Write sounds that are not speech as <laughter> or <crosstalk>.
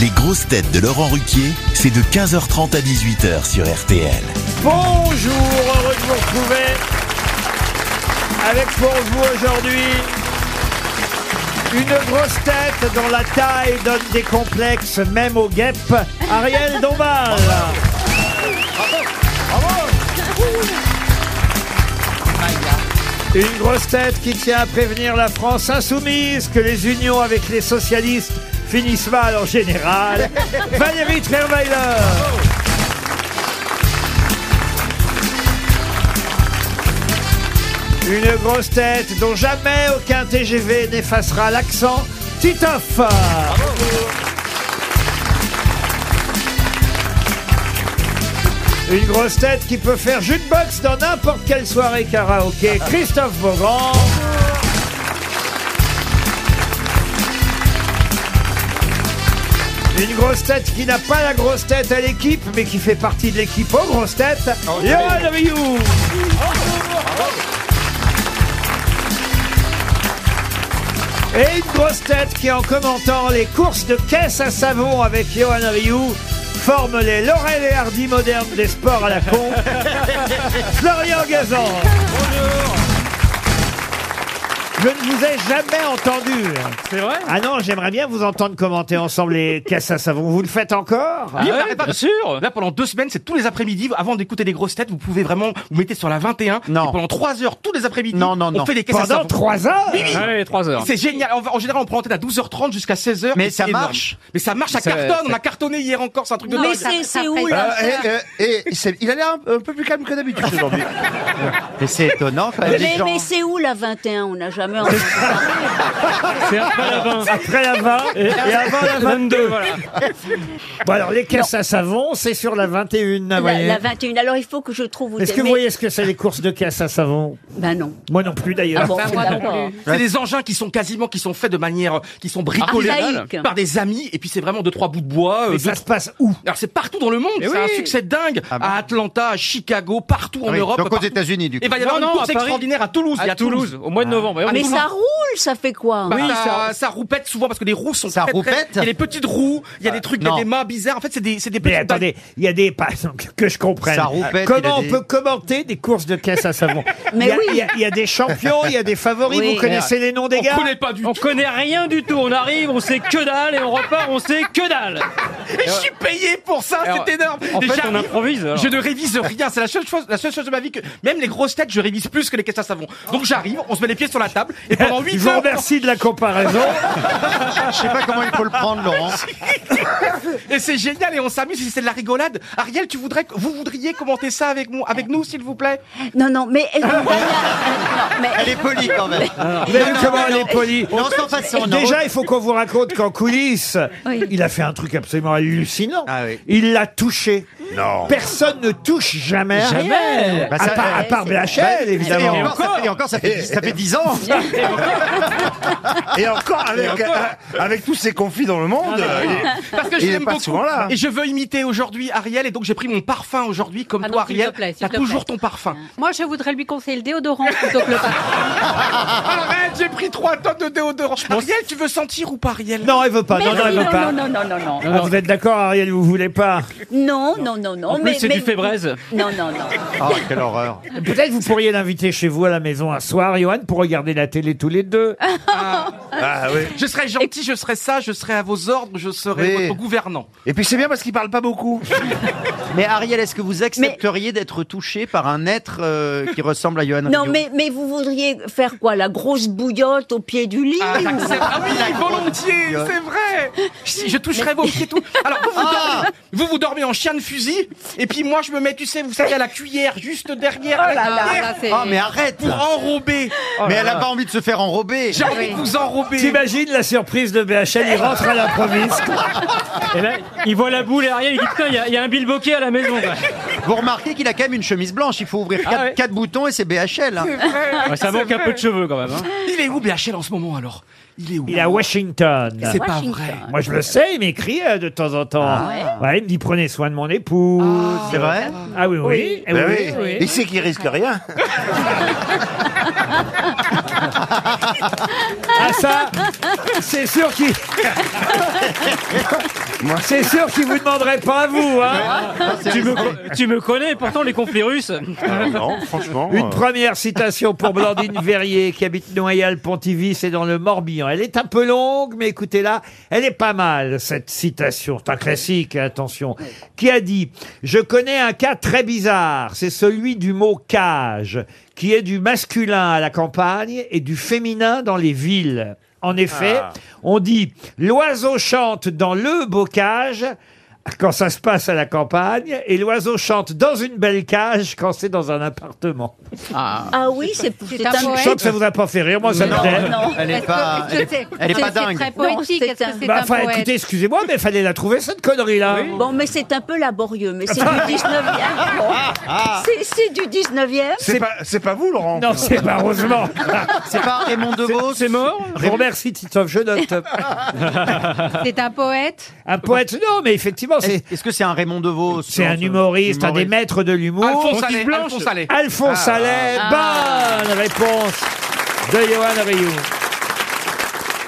Les grosses têtes de Laurent Ruquier, c'est de 15h30 à 18h sur RTL. Bonjour, heureux de vous retrouver avec pour vous aujourd'hui une grosse tête dont la taille donne des complexes même aux guêpes, Ariel Dombal. Une grosse tête qui tient à prévenir la France insoumise que les unions avec les socialistes finissent mal en général, Valérie Trierweiler. Une grosse tête dont jamais aucun TGV n'effacera l'accent, Titoff Une grosse tête qui peut faire jus de boxe dans n'importe quelle soirée karaoké, Christophe Beaugrand Une grosse tête qui n'a pas la grosse tête à l'équipe, mais qui fait partie de l'équipe aux grosses têtes, Yoann Rioux Et une grosse tête qui, en commentant les courses de caisse à savon avec Johan Rioux, forme les Laurel et Hardy modernes des sports à la con, Florian Gazan. Je ne vous ai jamais entendu. C'est vrai Ah non, j'aimerais bien vous entendre commenter ensemble les caisses à savon. Vous le faites encore oui, ouais, bah, bah, bien sûr Là, pendant deux semaines, c'est tous les après-midi. Avant d'écouter des grosses têtes, vous pouvez vraiment vous mettez sur la 21. Non. Et pendant trois heures, tous les après-midi, Non, non, on non. fait des caisses à Pendant savon. trois heures Allez, 3 heures. C'est génial. En, en général, on prend antenne à 12h30 jusqu'à 16h. Mais Et ça c'est énorme. marche. Mais ça marche, ça Ça- cartonne. ça- On a cartonné hier encore, c'est un truc de Mais dingue. c'est c'est où Euh, là et, euh, et, c'est- il a l'air un, un peu plus calme que d'habitude aujourd'hui. <laughs> Mais c'est étonnant. quand même, les Mais, gens- mais c'est où la 21 On n'a jamais entendu parler. C'est après la 20. Après la 20 et avant la 22. 22, voilà. Bon alors, les caisses à savon, c'est sur la 21, vous La, voyez. la 21. Alors il faut que je trouve où Est-ce t'es. que vous Mais- voyez ce que c'est les courses de caisse à savon Ben non. ben, Moi non plus d'ailleurs. Ah bon, C'est des engins qui sont quasiment, qui sont faits de manière, euh, qui sont bricolés Archaïque. par des amis. Et puis c'est vraiment deux trois bouts de bois. euh, Mais deux, ça se passe où Alors c'est partout dans le monde. Eh C'est un oui. succès dingue. Ah bon Ah À Atlanta, à Chicago, partout en Oui, Europe. Donc aux partout. États-Unis, du coup. Et bah, il va y Non, avoir non, une course à Paris. extraordinaire à Toulouse. il y À a Toulouse, Ah. au mois de novembre. Et on Ah, Mais est- ça roule, ça fait quoi hein Bah, Oui, ça, ça- ça roupette souvent parce que les roues sont Ça très, très- roupette Il y a des petites roues, il y a des trucs, il y non. a des mâts bizarres. En fait, c'est des, c'est des Mais petites. attendez, il y a des passes <laughs> que je comprenne. Ça roupette, il a Comment on des- peut commenter des courses de caisse à savon Mais Il y a- oui. Il y, a- il y a des champions, il y a des favoris. Oui. Vous connaissez les noms des On gars connaît pas du On tout. connaît rien du tout. On arrive, on sait que dalle et on repart, on sait que dalle. Et je suis payé pour ça, Alors, c'est énorme. En Déjà, fait, on improvise. alors. je ne révise rien. C'est la seule chose, la seule chose de ma vie que même les grosses têtes, je révise plus que les caisses à savon. Donc j'arrive, on se met les pieds sur la table et pendant 8 Je vous heures. remercie de la comparaison. Je sais pas comment il faut le prendre, Laurent. Et c'est génial et on s'amuse. et C'est de la rigolade. Ariel, tu voudrais, que- vous voudriez commenter ça avec moi, avec nous, s'il vous plaît Non, non, mais. euh, non, mais- Elle est polie quand même. Vous avez vu comment elle est polie Non, sans façon. non. Déjà, il faut qu'on vous raconte qu'en coulisses, Oui. il a fait un truc absolument hallucinant. Ah oui. Il l'a touché. Personne ne touche jamais. à rien. Jamais. Bah, À ça- part, à part Blachel, Et évidemment. encore, ça fait, et encore, ça fait, ça fait 10 ans. <laughs> Et encore avec, euh, avec tous ces conflits dans le monde. euh, Parce que je Il est l'aime pas beaucoup. souvent là. Et je veux imiter aujourd'hui Ariel, et donc j'ai pris mon parfum aujourd'hui, comme Ah toi non, s'il Ariel. te plaît, s'il T'as te toujours plaît. ton parfum. Moi, je voudrais lui conseiller le déodorant plutôt que le parfum. Arrête, j'ai pris trois tonnes de déodorant. Ariel, tu veux sentir ou pas Ariel Non, elle veut pas. Non, non, elle veut pas. non, non, non, non, non. Ah, vous êtes d'accord, Ariel, vous voulez pas non, non, non, non. En mais, plus, c'est mais- du fébraise. Non, non, non. Oh, quelle horreur. Peut-être vous pourriez l'inviter chez vous à la maison un soir, Johan, pour regarder la télé tous les deux. Ah, oui. Je serai gentil, je serai ça, je serai à vos ordres, je serai Oui. votre gouvernant. Et puis c'est bien parce qu'il parle pas beaucoup. <laughs> Mais Ariel, est-ce que vous accepteriez d'être touché par un être euh, qui ressemble à Johan Non, Rioux mais, mais vous voudriez faire quoi La grosse bouillotte au pied du lit Ah, ou- j'accepte. Ah oui, volontiers, c'est vrai. Si je toucherai vos pieds tout. Alors vous vous, Ah. dormez, vous vous dormez en chien de fusil, et puis moi je me mets, tu sais, vous savez à la cuillère juste derrière la cuillère, là, c'est- Oh, mais arrête pour enrober. Mais elle a pas envie de se faire enrober. J'ai envie de vous enrober. T'imagines la surprise de BHL, il rentre à l'improviste. Et là, Eh ben, il voit la boule et Ariel, il dit putain, il y, a- il y a un Bill Bokeh à la maison. quoi. Vous remarquez qu'il a quand même une chemise blanche. Il faut ouvrir quatre, ouais. quatre boutons et c'est BHL. hein. Ouais, ça manque un peu de cheveux quand même. hein. Il est où BHL en ce moment alors Il est où Il est à Washington. C'est pas Washington. vrai. Moi, je le sais, il m'écrit euh, de temps en temps. Ouais, il me dit prenez soin de mon épouse. C'est vrai Ben Ah oui, oui. eh Bah oui. oui. Il sait qu'il risque rien. Ah ça, c'est sûr qu'il... C'est sûr qu'il vous demanderait pas à vous, hein Tu me, co- tu me connais, pourtant les conflits russes. Ah, non, franchement. Une euh, première citation pour Blandine Verrier, qui habite Noyal-Pontivy, c'est dans le Morbihan. Elle est un peu longue, mais écoutez-la, elle est pas mal, cette citation. C'est un classique, hein, attention. Qui a dit « Je connais un cas très bizarre, c'est celui du mot « cage », qui est du masculin à la campagne et du féminin dans les villes. En effet, on dit « L'oiseau chante dans le bocage », quand ça se passe à la campagne, et l'oiseau chante dans une belle cage quand c'est dans un appartement. Ah oui, c'est c'est un un poème. Je sens que ça vous a pas fait rire, moi ça me fait. Elle est Est-ce que- pas, est-ce elle que est, c'est- elle est c'est- pas C'est dingue. très poétique. Non, c'est Est-ce un- que c'est Bah, un enfin, poète écoutez, excusez-moi, mais fallait la trouver cette connerie là. Bon, mais c'est un peu laborieux, mais c'est du 19e. Bon. C'est- C'est du 19e. C'est pas, c'est pas vous, Laurent Non, c'est pas heureusement. C'est pas Raymond Devos C'est mort Je vous remercie, Titov, je note. C'est un poète Un poète, non, mais effectivement, c'est. Est-ce que c'est un Raymond Devos C'est un humoriste, un des maîtres de l'humour. Alphonse Alphonse Allais, Alphonse Allais. Ah. Allais, bonne réponse de Johan Rioux.